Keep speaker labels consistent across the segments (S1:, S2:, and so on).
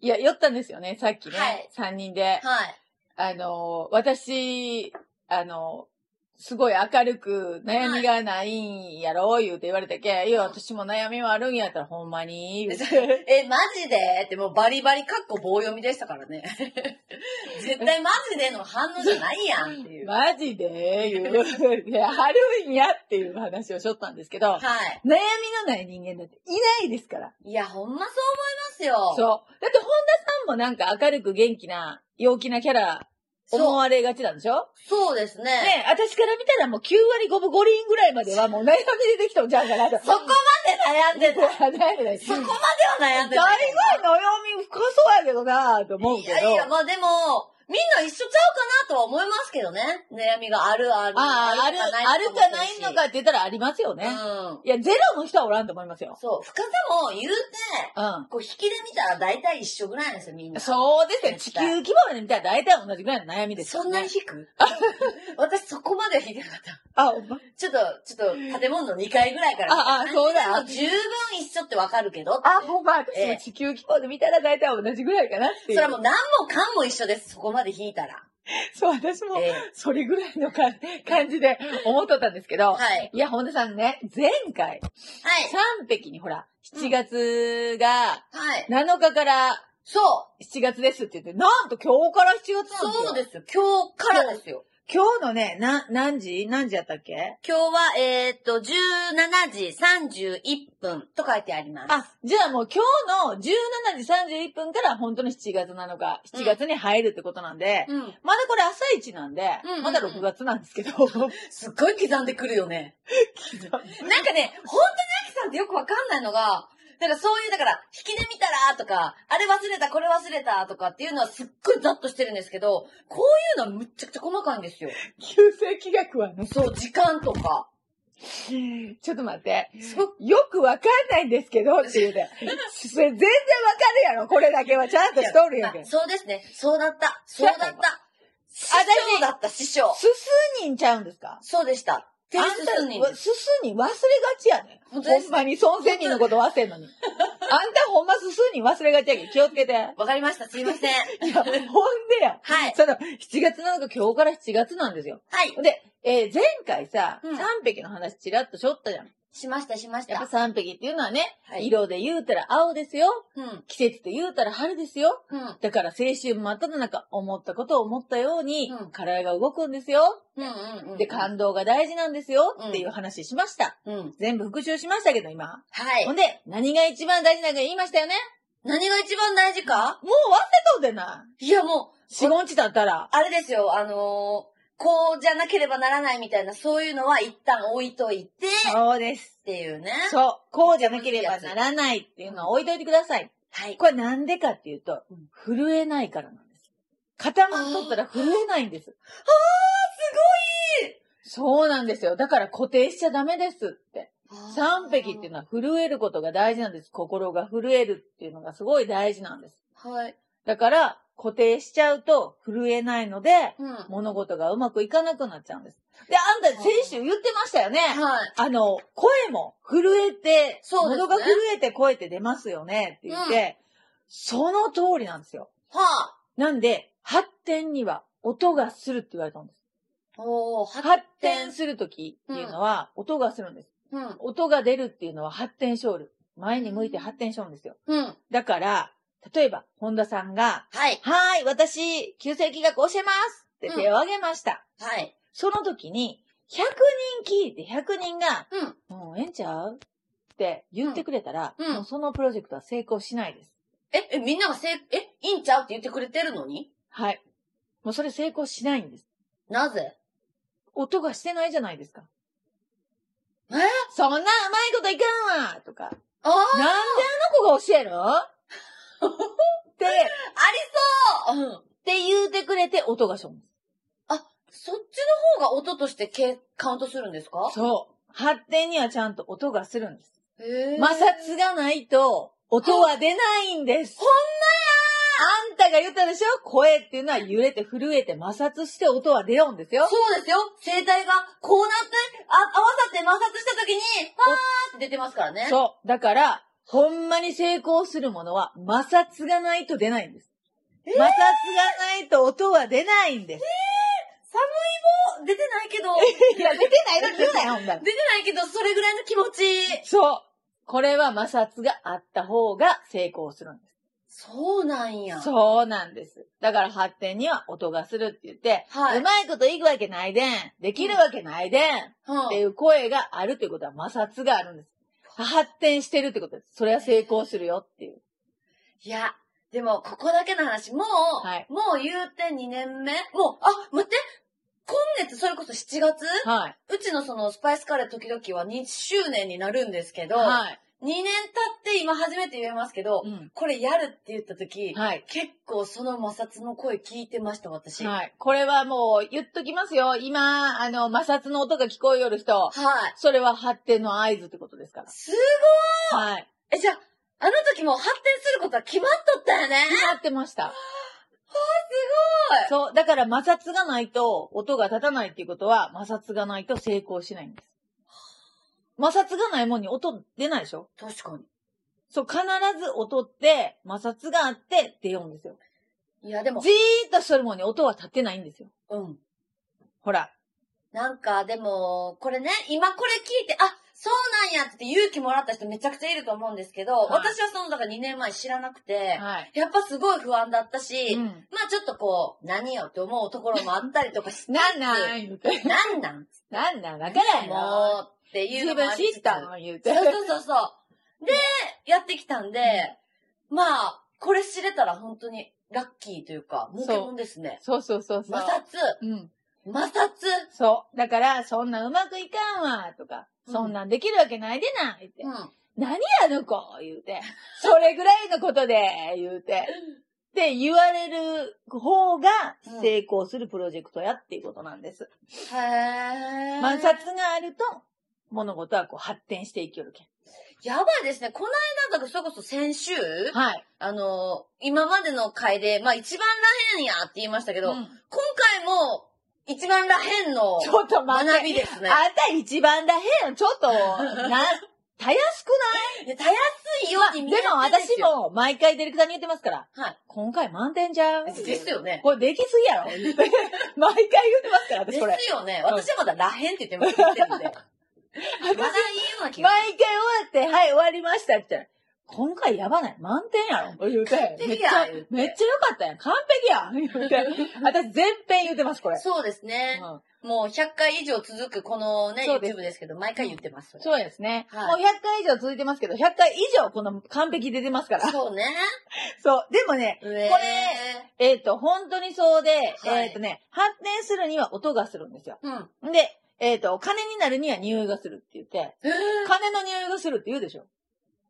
S1: いや、酔ったんですよね、さっきね。
S2: はい
S1: 3人で。
S2: はい。
S1: あの、私、あの、すごい明るく、悩みがないんやろ、言うて言われたけ、い、や、私も悩みはあるんやったら、ほんまに、言うて
S2: え、マジでってもうバリバリカッコ棒読みでしたからね。 絶対マジでの反応じゃないやんって いう。
S1: マジで、言う。で、あるんやっていう話をしょったんですけど、
S2: はい。
S1: 悩みのない人間なんていないですから。
S2: いや、ほんまそう思いますよ。
S1: そう。だって、本田さんもなんか明るく元気な、陽気なキャラ、
S2: そう。
S1: 思われがちなんでしょ
S2: そうですね。
S1: ね私から見たらもう9割5分5厘ぐらいまではもう悩み出てきたんちゃうかなと。
S2: そこまで悩んでた。
S1: 悩んでない。
S2: そこまでは悩んで
S1: 大
S2: た。
S1: 概悩み深そうやけどなぁと思う
S2: い
S1: けど。
S2: やいや、まあでも、みんな一緒ちゃうかなとは思いますけどね。悩みがあるある。
S1: ああ、ある、あるかないのかって言ったらありますよね。
S2: うん。
S1: いや、ゼロの人はおらんと思いますよ。
S2: そう。深さも言うて、
S1: う
S2: こう引きで見たら大体一緒ぐらいなんですよ、みん
S1: ん。
S2: な。
S1: そうですね。地球規模で見たら大体同じぐらいの悩みですよ
S2: そ
S1: ね。
S2: んなに引く 私そこまでは引いてなかった。
S1: あ、ほんま
S2: ちょっと、ちょっと、建物の2階ぐらいから。
S1: ああそうだ
S2: あの十分一緒ってわかるけど。
S1: あ、ほんま。
S2: え
S1: 私も地球規模で見たら大体同じぐらいかなって
S2: そ
S1: いう。
S2: れはもう何もかんも一緒です、そこまで引いたら。
S1: そう、私も
S2: ええ
S1: それぐらいの感感じで思っとったんですけど。
S2: はい。
S1: いや、本田さんね、前回、
S2: はい。
S1: 3匹にほら、7月が、
S2: はい。
S1: 7日から
S2: そう。
S1: 7月ですって言って、なんと今日から7月なんですよ。
S2: そうですよ。今日からですよ。
S1: 今日のね、な、何時何時やったっけ
S2: 今日は、えーっと、17時31分と書いてあります。
S1: あ、じゃあもう今日の17時31分から本当に7月なのか、7月に入るってことなんで、
S2: うん。
S1: まだこれ朝一なんで、
S2: うんうんうん
S1: まだ6月なんですけど、
S2: すっごい刻んでくるよね。なんかね、本当にアキさんってよくわかんないのが、なんかそういう、だから、引きで見たらとか、あれ忘れた、これ忘れたとかっていうのはすっごいざっとしてるんですけど、こういうのはむっちゃくちゃ細かいんですよ。
S1: 急性気学はね、
S2: そう、時間とか。
S1: ちょっと待って。
S2: すごく、
S1: よくわかんないんですけ ど、って言うて。それ全然わかるやろ、これだけは。ちゃんとしとるやんけ。
S2: あ
S1: す
S2: そうですね。そうだった。そうだった。師
S1: や
S2: 匠だった、師匠。
S1: すにんちゃうんですか
S2: そうでした。テ
S1: あ
S2: ニ
S1: ん
S2: ス数人
S1: た、。すすにん忘れがちやね。
S2: 本当で
S1: ほん
S2: す
S1: まに、孫仙人のこと忘れんのに。あんたほんますすにん忘れがちやけど、気をつけて。いや、
S2: わかりました。すいま せん。
S1: ほんでや。
S2: はい。
S1: その、7月なのか今日から7月なんですよ。
S2: はい。
S1: で、えー前回さ、
S2: うん
S1: 3匹の話ちらっとしょったじゃん。
S2: しました、しまし。
S1: やったぱ3匹っていうのはね、
S2: はい。
S1: 色で言うたら青ですよ。
S2: うん。
S1: 季節で言うたら春ですよ。
S2: うん。
S1: だから青春真っ只中、思ったことを思ったように
S2: うん、
S1: 体が動くんですよ。
S2: うん。うん。うん。
S1: で、感動が大事なんですよ、
S2: うん
S1: っていう話しました。
S2: うん。
S1: 全部復習しましたけど、今。
S2: はい
S1: ほ。んで、何が一番大事なのか言いましたよね
S2: 何が一番大事か
S1: もう忘れとんでない
S2: やもう、
S1: 四五日だったら。
S2: あれですよ、あのーこうじゃなければならないみたいな、そういうのは一旦置いといて、っ
S1: そうです。
S2: ていうね。
S1: そう。こうじゃなければならないっていうのは置いといてください。
S2: はい。
S1: これなんでかっていうと
S2: うん、
S1: 震えないからなんです。固まっとったら震えないんです。あー、すごいそうなんですよ。だから固定しちゃダメですって。三匹っていう
S2: う
S1: のは震えることが大事なんです。心が震えるっていうのがすごい大事なんです。
S2: のはい。
S1: だから、固定しちゃうと震えないので、
S2: うん。は
S1: 物事がうまくいかなくなっちゃうんです。で、あんた先週言ってましたよね。
S2: い。
S1: あの、声も震えて、
S2: そうですね
S1: 喉が震えて声って出ますよねって言って、その通りなんですよ。
S2: はあ。
S1: なんで、発展には音がするって言われたんです。
S2: おー、は、
S1: 発展するときっていうのは音がするんです。
S2: うん。
S1: 音が出るっていうのは発展しょる。前に向いて発展しょるんですよ。
S2: うん。
S1: だから、例えば、本田さんが、
S2: はい。
S1: はーい、私、急性気学教えますって手を挙げました。
S2: はい。
S1: その時に、100人聞いて100人が、
S2: うん。
S1: もうええんちゃうって言ってくれたら、
S2: うんうん
S1: もうそのプロジェクトは成功しないです。
S2: え、え、みんながせ、え、いいんちゃうって言ってくれてるのに
S1: はい。もうそれ成功しないんです。
S2: なぜ
S1: 音がしてないじゃないですか。
S2: え
S1: そんなうまいこといかんわとか、
S2: ああ
S1: なんであの子が教えるって、
S2: ありそううん。
S1: って言うてくれて音がしょんです。
S2: そっちの方が音としてけカウントするんですか
S1: そう。発展にはちゃんと音がするんです。
S2: へー
S1: 摩擦がないと音は出ないんです。ほんまやあんたが言ったでしょ声っていうのは揺れて震えて摩擦して音は出ようんですよ。
S2: そうですよ。声帯がこうなって、あ合わさって摩擦した時に、わーって出てますからね。
S1: そう。だから、ほんまに成功するものは摩擦がないと出ないんです。摩擦がないと音は出ないんです。
S2: お出てないけど、
S1: いや、出てないのに言うなよ、ほんまに
S2: 出。てないけど、それぐらいの気持ち。
S1: そう。これは摩擦があった方が成功するんで
S2: そうなんや。
S1: す。そうなんです。だから発展には音がするって言って、。
S2: はいう
S1: まいこといくわけないでん。できるわけないでん。
S2: うん
S1: っていう声があるということは摩擦があるんです。発展してるってことです。それは成功するよっていう。
S2: いや、でも、ここだけの話、もう、
S1: はい
S2: もう言うて2年目もう、あ、待って今月、それこそ7月
S1: はい。
S2: うちのその、スパイスカレー時々は2周年になるんですけど、
S1: はい。
S2: 2年経って今初めて言えますけど、
S1: うん。
S2: これやるって言った時、
S1: はい。
S2: 結構その摩擦の声聞いてました、私。はい。
S1: はい。これはもう言っときますよ。今、あの、摩擦の音が聞こえよる人、それは発展の合図ってことですから。
S2: す、
S1: はい。
S2: え、じゃあ、あの時もう発展することは決まっとったよね
S1: 決まってました。あ、すごいそう、だから摩擦がないと音が立たないっていうことは、摩擦がないと成功しないんです。摩擦がないもんに音出ないでしょ
S2: 確かに。
S1: そう、必ず音って、摩擦があって出ようんですよ。
S2: いや、でも
S1: じ、ーっとしとるもんに音は立ってないんですよ。
S2: うん。
S1: ほら。
S2: なんか、でも、これね、今これ聞いて、あ、そうなんやって勇気もらった人めちゃくちゃいると思うんですけど、
S1: はい
S2: 私はその、だから2年前知らなくて、
S1: はい。
S2: やっぱすごい不安だったし、
S1: う
S2: ま
S1: ん。
S2: あちょっとこう、何よって思うところもあったりとかして、
S1: なんなん言うて。
S2: なんなん
S1: なんなんだからやろ。
S2: もう、っていう
S1: 自
S2: のもあ
S1: 分
S2: りつつ
S1: 知ったの言うて。
S2: そうそうそうそう。で、やってきたんで、まあ、これ知れたら本当にラッキーというか、儲けもんですね。
S1: そうそうそうそう
S2: 摩。擦、
S1: うん。
S2: 摩擦。
S1: そう。だから、そんなうまくいかんわ、とか、
S2: うん
S1: そんなんできるわけないでな、言って
S2: う。ん。
S1: 何やの子言うて。それぐらいのことで、言うて。って言われる方が成功するプロジェクトやっていうことなんです。
S2: へー。
S1: 摩擦があると、物事はこう発展していきよるけん。
S2: やばいですね。この間、だからそれこそ先週、
S1: はい。
S2: あの、今までの回で、まあ一番らへんやって言いましたけど、
S1: うん
S2: 今回も一番らへんの
S1: ちょっと待って。
S2: 学びですね。
S1: あんた一番だへん。ちょっと、 な、たやすく
S2: いや、たやすいよ
S1: な
S2: っ
S1: い
S2: て
S1: で
S2: 見
S1: も
S2: えてです
S1: 私
S2: よ。
S1: も毎回ディレクターに言ってますから、
S2: はい。
S1: 今回満点じゃん。
S2: ですよね。
S1: これできすぎやろ。 言うて毎回言ってますから、
S2: で
S1: 私
S2: す
S1: これ。
S2: よね。私はまだらへんって言ってます。言ってる んでまだいいような気
S1: 毎
S2: が。
S1: 回終わって、はい、終わりましたって言ったら、今回やばない。満点やろ。言うて。め
S2: 璧
S1: っちゃ
S2: や言う、て
S1: めっちゃ良かったやん。完璧やん。言うて。私全編言ってます、これ。
S2: そうですね。
S1: うん
S2: もう100回以上続くこのね、
S1: そうです
S2: YouTube ですけど、毎回言ってます。
S1: そうですね。
S2: はい
S1: もう100回以上続いてますけど、100回以上この完璧出てますから。
S2: そうね。
S1: そう。でもね、
S2: これ
S1: こえっ、と、本当にそうで、
S2: は
S1: え
S2: い
S1: っ、とね、発展するには音がするんですよ。
S2: うん。
S1: で、えっ、と、金になるには匂いがするって言って、
S2: えー
S1: 金の匂いがするって言うでしょ。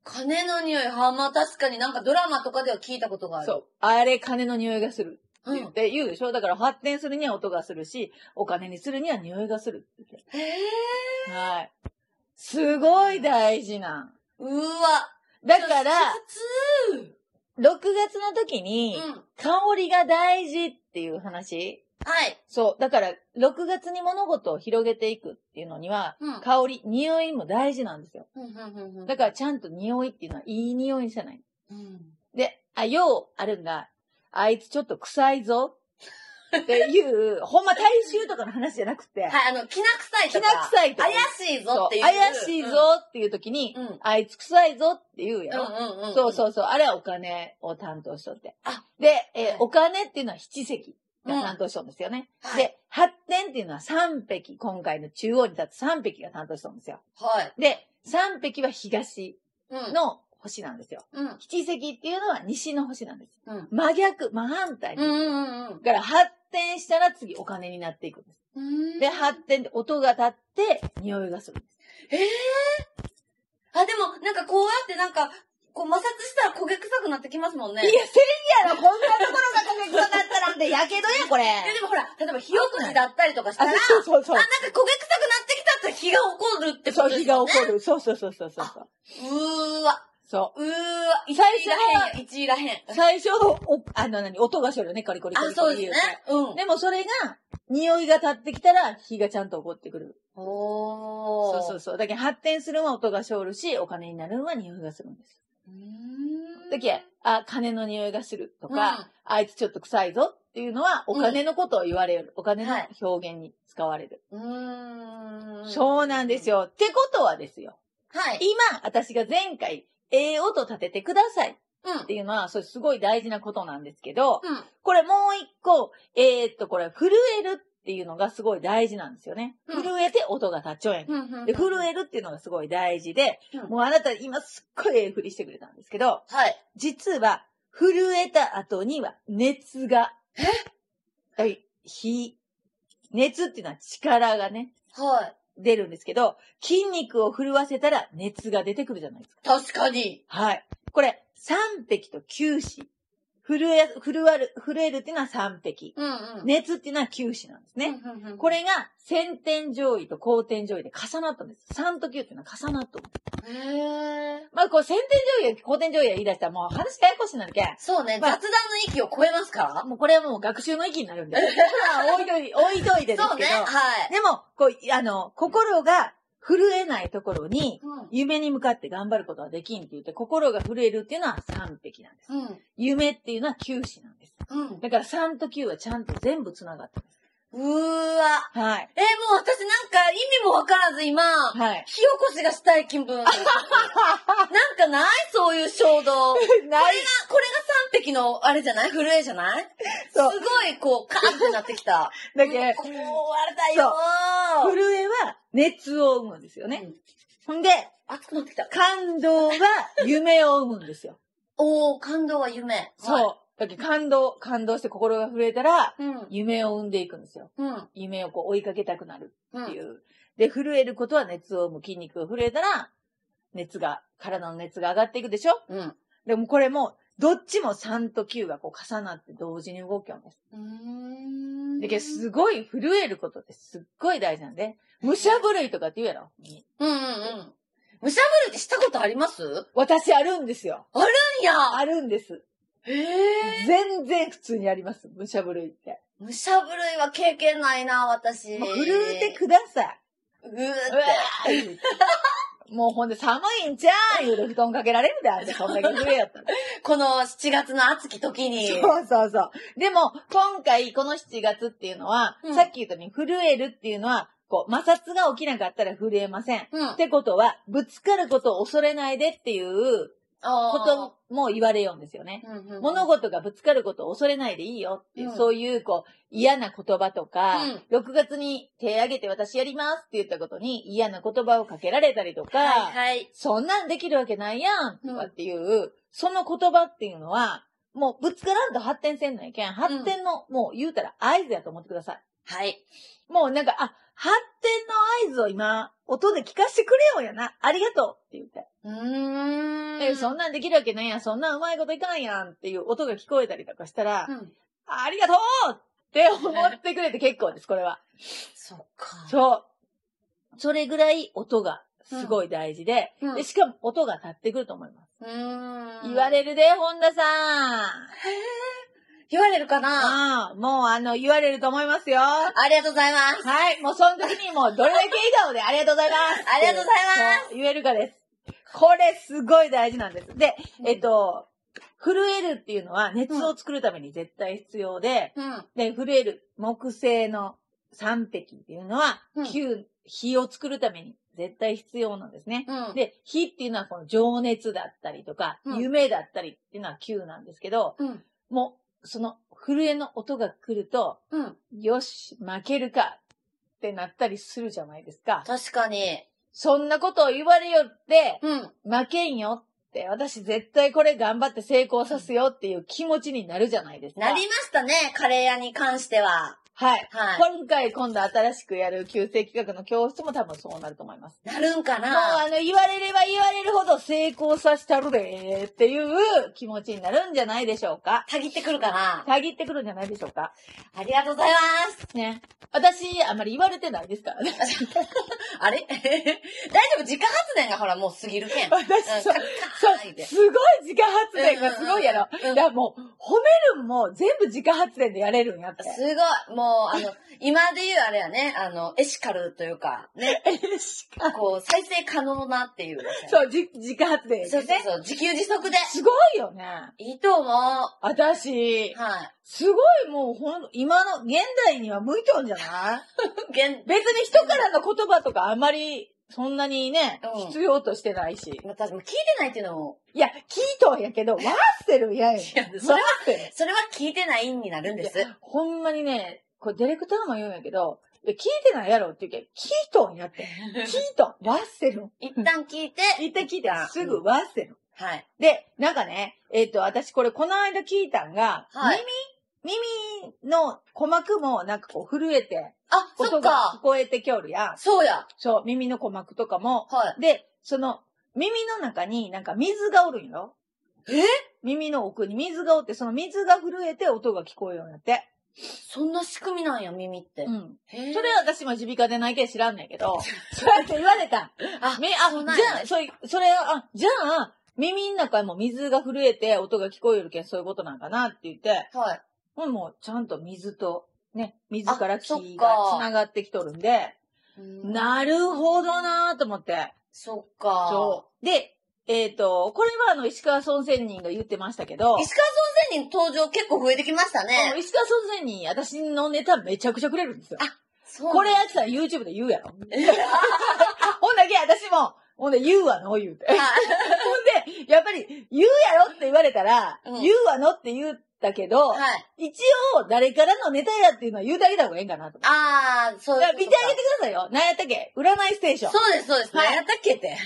S2: 金の匂い、はまあ確かになんかドラマとかでは聞いたことがある。
S1: そう。あれ、金の匂いがするって
S2: うん。
S1: 言って言うでしょ。だから発展するには音がするし、お金にするには匂いがするって言っ
S2: へえ。
S1: て。はい。すごい大事なん。
S2: うわ。
S1: だから、
S2: 普通。
S1: 6月の時に
S2: う、ん。
S1: 香りが大事っていう話。
S2: はい。
S1: そう。だから、6月に物事を広げていくっていうのには、
S2: うん
S1: 香り、匂いも大事なんですよ。
S2: うんうんうんうん。
S1: だからちゃんと匂いっていうのはいい匂いにせない。
S2: うん。
S1: で、あ、ようあるんが、あいつちょっと臭いぞ。って いう、ほんま大衆とかの話じゃなくて、
S2: はい、あの、きな臭い
S1: 気
S2: と
S1: な
S2: か。
S1: 臭いとか
S2: 怪しいぞ
S1: そ
S2: っていう。
S1: 怪しいぞっていう時に、
S2: うん。うん。
S1: あいつ臭いぞって言うや
S2: う
S1: ろ。
S2: んうんうん。
S1: そう
S2: う。
S1: そうそう。あれはお金を担当しとって。
S2: あ
S1: で、えー
S2: はい
S1: お金っていうのは七席
S2: う
S1: が
S2: ん。
S1: 担当しとるんですよね。
S2: はい
S1: で、発展っていうのは三匹、今回の中央に立つ三匹が担当しとるんですよ。
S2: はい。
S1: で、三匹は東
S2: うん。
S1: の星なんですよ。
S2: うん。
S1: 七席っていうのは西の星なんです。
S2: うん。
S1: 真逆、真反対。
S2: うん
S1: だ
S2: うんうん
S1: から発展したら次お金になっていくんです。
S2: うん。
S1: で、発展って音が立って匂いがするんです。
S2: あ、でも、なんかこうやってなんか、こう摩擦したら焦げ臭くなってきますもんね。
S1: いや、せんやろこんなところが焦げ臭なったなんてやけどや、これ。
S2: いやでもほら、例えば火起こしだったりとかした
S1: あ
S2: ら、あ、なんか
S1: そうそう
S2: 焦
S1: そう
S2: げ臭くな。ってきたって火が起こるってこ
S1: そ
S2: と
S1: う、
S2: です
S1: 火が
S2: よね。
S1: 起こる。そうそうそうそうそうそう。
S2: うーわ、
S1: そう
S2: ーわ、一
S1: 最
S2: 位
S1: 初
S2: ら
S1: は
S2: へんや、一位らへん。
S1: う。最初、お、あの、何、音がするよね、コリコリコ
S2: あ、
S1: リ
S2: そ
S1: コ
S2: う
S1: リ
S2: で
S1: 言
S2: す
S1: う
S2: ね
S1: て。。
S2: うん。
S1: でもそれが、匂いが立ってきたら、火がちゃんと起こってくる。
S2: お
S1: そ
S2: ー。
S1: うそうそう。だけど発展するのは音が生るし、お金になるのは匂いがするんです。
S2: うん
S1: だけ、あ、金の匂いがすると
S2: と
S1: か、あいつちょっと臭いぞっていうのは、お金のことを言われる。お金の
S2: はい
S1: 表現に使われる。
S2: うん。
S1: そうなんです
S2: よ。
S1: よ。ってことはですよ。
S2: はい。
S1: 今、私が前回、ええ音立ててくださいっ
S2: うん。
S1: ていうのは、それすごい大事なことなんですけど、
S2: うん。
S1: これもう一個、えーっと、これ、震えるっていうのがすごい大事なんですよね。
S2: うん
S1: 震えて音が立っちゃうやん。
S2: うん
S1: で、震えるっていうのがすごい大事で、
S2: うん
S1: もうあなた今すっごいええ振りしてくれたんですけど、
S2: はい。
S1: 実は、震えた後には熱が。えはい。火。熱っていうのは力がね、
S2: はい。
S1: 出るんですけど、筋肉を震わせたら熱が出てくるじゃないですか。
S2: 確かに。
S1: はい。これ、三匹と九死。震え、震わる、震えるっていうのは三匹。
S2: うんうん。
S1: 熱っていうのは九死なんですね。
S2: うんうんうん。
S1: これが、先天上位と後天上位で重なったんです。三と九っていうのは重なったんです。
S2: へー。
S1: まあ、こう、先天上位や後天上位や言い出したらもう話ややこしになるけん。
S2: そうね、
S1: まあ
S2: 雑談の域を超えますから。
S1: もうこれはもう学習の域になる んで。まあ置いといて、置いといてですけど。
S2: そうね、はい。
S1: でも、こう、あの、心が震えないところに、
S2: う
S1: 夢に向かって頑張ることはできんって言って、心が震えるっていうのは3匹なんです。
S2: ん。うん。
S1: 夢っていうのは9子なんです。
S2: うん。
S1: だから3と9はちゃんと全部繋がってます。
S2: うーわ。
S1: はい。
S2: え、もう私なんか意味もわからず今、
S1: はい。
S2: 火起こしがしたい気分。 なんかないそういう衝動。これが、これが三匹の、あれじゃない震えじゃないす
S1: そ
S2: ご
S1: う
S2: い、こう、カーンってなってきた。
S1: だけ
S2: こう、あれだよ
S1: ど、震えは熱を生むんですよね。
S2: うん
S1: ほんで、
S2: 熱くなってきた。
S1: 感動は夢を生むんですよ。
S2: おー、感 動は夢。
S1: そう。だけど感動、感動して心が震えたら、
S2: う。うん。
S1: 夢を生んでいくんですよ。
S2: うん。
S1: 夢をこう追いかけたくなる
S2: う
S1: ってい
S2: ん。
S1: う。で、震えることは熱を生む筋肉が震えたら、熱が、体の熱が上がっていくでしょ
S2: うん。
S1: でもこれも、どっちも3と9がこう重なって同時に動きようんです。
S2: うーん。
S1: だけど、すごい震えることってすっごい大事なんで、武者震いとかって言うやろ
S2: うんうんうん。むしゃぶるってしたことあります
S1: 私あるんですよ。
S2: いや
S1: あるんです。
S2: ええ
S1: 全然普通にあります。武者震いって。
S2: むしゃぶるいは経験ないな、私。
S1: もう震えてください。
S2: ぐー
S1: う
S2: っ
S1: わー言うてもうほんで寒いんちゃー言うて布団かけられるで、あんたこんだけ震えやったら。
S2: て。この7月の暑き時に。
S1: そうそうそう。でも、今回、この7月っていうのは、
S2: うん
S1: さっき言ったように、震えるっていうのは、こう、摩擦が起きなかったら震えません。っ
S2: うん。
S1: てことは、ぶつかることを恐れないでっていうこ
S2: あ
S1: とも言われようんですよね。
S2: ー、うんうん、
S1: 物事がぶつかることを恐れないでいいよっていう、
S2: うん
S1: そういう、こう、嫌な言葉とか、
S2: うん
S1: 6月に手挙げて私やりますって言ったことに嫌な言葉をかけられたりとか、
S2: はいはい。
S1: そんなんできるわけないやんとかっていう、その言葉っていうのは、もうぶつからんと発展せんのやけん。発展の、もう言うたら合図やと思ってください。
S2: はい。
S1: もうなんか、あ、発展の合図を今、音で聞かせてくれようやな。ありがとうって言って。
S2: うーん。
S1: え、そんなんできるわけないやん。そんなうまいこといかんやんっていう音が聞こえたりとかしたら、
S2: うん。
S1: あありがとうって思ってくれて結構です、これは。
S2: そっか。
S1: そう。それぐらい音がすごい大事で、
S2: うん
S1: でしかも音が立ってくると思います。
S2: うーん。
S1: 言われるで、本田さん。
S2: 言われるかな
S1: ああ、もうあの、言われると思いますよ。は
S2: ありがとうございます。
S1: い、もうその時にもうどれだけ笑顔でありがとうございます。
S2: ありがとうございます
S1: す。言えるかです。これすごい大事なんです。で、えっ、と、震えるっていうのは熱を作るために絶対必要で、
S2: うん。うん。
S1: で、震える木製の三匹っていうのは、
S2: うん
S1: 旧火を作るために絶対必要なんですね。
S2: うん。
S1: で、火っていうのはこの情熱だったりとか、
S2: うん
S1: 夢だったりっていうのは9なんですけど、
S2: うん。
S1: もう、その震えの音が来ると、
S2: うん。
S1: よし、負けるかってなったりするじゃないですか。
S2: 確かに。
S1: そんなことを言われよって、
S2: うん。
S1: 負けんよって、私絶対これ頑張って成功させようっていう気持ちになるじゃないですか。
S2: なりましたね、カレー屋に関しては。
S1: はい。
S2: はい。
S1: 今回今度新しくやる旧正企画の教室も多分そうなると思います。
S2: なるん
S1: も
S2: か
S1: う
S2: な
S1: あの、言われれば言われるほど成功させたるでーっていう気持ちになるんじゃないでしょうか。
S2: たぎってくるかな
S1: たぎってくるんじゃないでしょうか。
S2: ありがとうございます。
S1: ね。私、あんまり言われてないですから ね。
S2: あれ 大丈夫自家発電がほらもう過ぎるけん。うん
S1: 私、そう、
S2: 言う
S1: そう、
S2: て
S1: すごい自家発電がすごいやろ。
S2: うん
S1: だからもう、褒めるんも全部自家発電でやれるんやって
S2: す。ごい。もうもう、あの、今で言うあれやね、あの、エシカルというか、ね、
S1: え、しか
S2: こう、再生可能なっていう。
S1: そう、じ、自家発電。
S2: そうそうそう、自給自足で。
S1: すごいよね。
S2: いいと思う。は
S1: 私、すごいもうほん、今の、現代には向いとんじゃない
S2: い。現、
S1: 別に人からの言葉とかあんまり、そんなにね、
S2: うん
S1: 必要としてないし。
S2: まあ、多分聞いてないっていうのも、
S1: いや、聞いとんやけど、ワッセル嫌やよ。
S2: いやそれは
S1: ワッセル
S2: それは聞いてないになるんです。
S1: ほんまにね、これディレクターも言うんやけど、いや聞いてないやろって言うけど、聞いとんやって。聞いとん。ワッセルン。
S2: 一旦聞いて、
S1: 言って聞いた。す
S2: う
S1: ぐ
S2: ん
S1: ワッセルン。
S2: はい。
S1: で、なんかね、えっ、と、私これこの間聞いたんが、
S2: はい
S1: 耳、耳の鼓膜もなんかこう震えて、
S2: あ、そ
S1: 音
S2: っ
S1: が聞
S2: か。
S1: こえてきょるやん。
S2: そうや。
S1: そう、耳の鼓膜とかも。
S2: はい。
S1: で、その、耳の中になんか水がおるんよ。
S2: え
S1: 耳の奥に水がおって、その水が震えて音が聞こえるようになって。
S2: そんな仕組みなんや、耳って。
S1: うん。
S2: へえ
S1: それは私も耳鼻科でないけん知らんねんけ ど、そうやって言われた。
S2: あ、
S1: め、
S2: そう
S1: あ、
S2: なん
S1: じ
S2: や
S1: ゃあ、そうい、それ、あ、じゃあ、耳の中も水が震えて音が聞こえるけんそういうことなんかなって言って、
S2: はい。
S1: もうもうちゃんと水と、ね、水から
S2: あそっか
S1: 気が繋がってきとるんで、なるほどなーと思って。
S2: そっか。
S1: そう。で、えっ、と、これはあの、石川村仙人が言ってましたけど、
S2: 石川村仙人登場結構増えてきました
S1: あの
S2: ね。
S1: 石川村仙人、私のネタめちゃくちゃくれるんですよ。
S2: そう
S1: これやってたら YouTube で言うやろ。 ほんだけ私も、ほんで言うわの言うて。
S2: は
S1: ほんで、やっぱり言うやろって言われたら、
S2: うん
S1: 言うわのって言ったけど、
S2: い。はい。
S1: 一応誰からのネタやっていうのは言うてあげた方がええんかなと。
S2: あー、そう
S1: だ
S2: い
S1: か
S2: う
S1: ら
S2: こ
S1: 見
S2: と
S1: て
S2: か
S1: あげてくださいよ。何やったっけ占いステーション。
S2: そうです、そうです。
S1: はい
S2: 何やったっけって。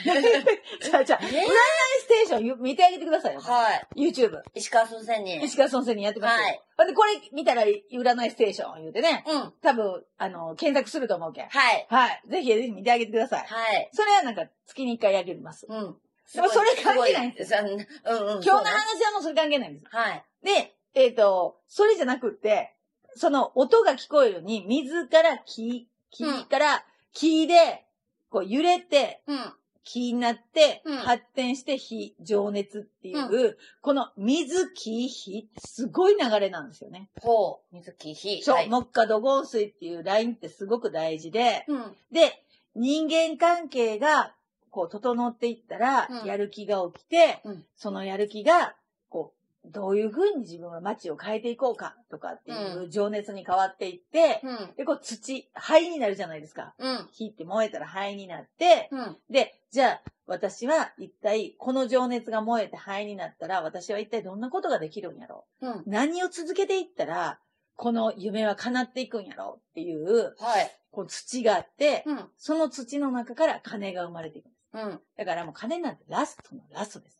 S1: じゃあじゃあ占いステーションゆ見てあげてくださいよ。
S2: はい。
S1: YouTube。
S2: 石川村仙人。
S1: 石川先生にやってますよ。
S2: はい
S1: ほんで、これ見たら占いステーション言うてね、
S2: うん。はい。
S1: 多分、あの、検索すると思うけん。
S2: はい。
S1: はい。ぜひぜひ見てあげてください。
S2: はい。
S1: それはなんか月に一回やります。
S2: うん。
S1: でもそれ関係ないん
S2: ですごいすごいうんう
S1: 今
S2: ん。
S1: 日の
S2: そうね
S1: 話はもうそれ関係ないんです。
S2: はい。
S1: で、えっ、と、それじゃなくって、その音が聞こえるように、水から木、木
S2: うん
S1: から木で、こう揺れて、
S2: うん。
S1: 木になって
S2: うん、
S1: 発展して火、情熱っていう、
S2: う
S1: この水、木、火、すごい流れなんですよね。
S2: ほう、水木ひ。
S1: そう、
S2: はい
S1: 木下土金水っていうラインってすごく大事で、
S2: うん。
S1: で、人間関係が、こう、整っていったら
S2: う、ん
S1: やる気が起きて、
S2: うん
S1: そのやる気が、こう、どういうふうに自分は街を変えていこうか、とかっていうう情熱に変わっていって、
S2: うん。
S1: で、こう、土、灰になるじゃないですか。
S2: うん。
S1: 火って燃えたら灰になって、
S2: うん。
S1: で、じゃあ、私は一体、この情熱が燃えて灰になったら、私は一体どんなことができるんやろ
S2: うん。
S1: う何を続けていったら、この夢は叶っていくんやろうっていう、
S2: はい。
S1: こう土があって、
S2: うん。
S1: その土の中から金が生まれていくんです。
S2: うん。
S1: だからもう金なんてラストのラストです。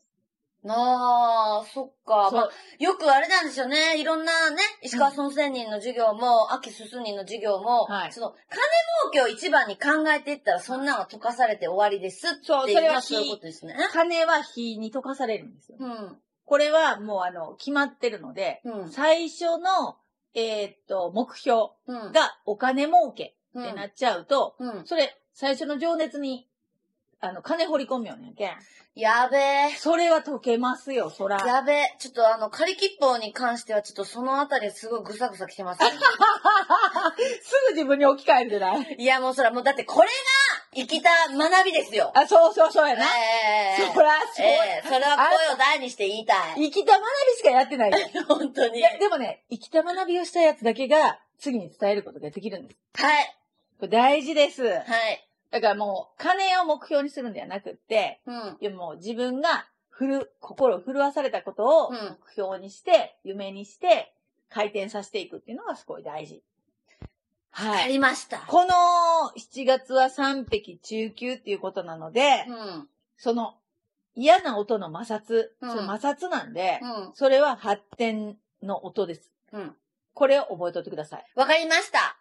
S2: なあ、そっか。
S1: そ
S2: まあ
S1: う、
S2: よくあれなんですよね。いろんなね、石川村仙人の授業も、秋すす人の授業も、
S1: はい
S2: その、金儲けを一番に考えていったら、そんなのは溶かされて終わりですっていう
S1: そうそれは
S2: そういうことですね。
S1: 金は火に溶かされるんですよ。
S2: うん。
S1: これはもうあの、決まってるので、
S2: うん。
S1: 最初の、えーっと、目標
S2: うん。
S1: がお金儲け
S2: う。
S1: ってなんっちゃうと、
S2: うん。
S1: それ、最初の情熱に、あの、金掘り込むようにやけん。
S2: やべえ。
S1: それは溶け ますよ、そら。
S2: やべえ。ちょっとあの、仮切符に関しては、ちょっとそのあたりすごいぐさぐさ 来てます、ね。
S1: すぐ自分に置き換えるじゃない
S2: いや、もうそら、もうだってこれが、生きた学びですよ。
S1: あ、そうそうそうや
S2: え
S1: な。
S2: え
S1: そら、そうや。
S2: ええそれは声を大にして言いた
S1: 生
S2: い。
S1: きた学びしかやってないよ。
S2: 本当に。
S1: いや、でもね、生きた学びをしたやつだけが、次に伝えることができるんです。
S2: はい。
S1: これ大事です。
S2: はい。
S1: だからもう、金を目標にするんではなくって、
S2: うん。
S1: いやもう自分が、ふる、心を震わされたことを
S2: うん
S1: 目標にして、夢にして、回転させていくっていうのがすごい大事。は
S2: や
S1: い。
S2: りました。
S1: この7月は3匹中級っていうことなので
S2: う、ん。
S1: その嫌な音の摩擦、
S2: うん
S1: その摩擦なんで、
S2: うん。
S1: それは発展の音です。
S2: うん。
S1: これを覚えておいてください。
S2: わかりました。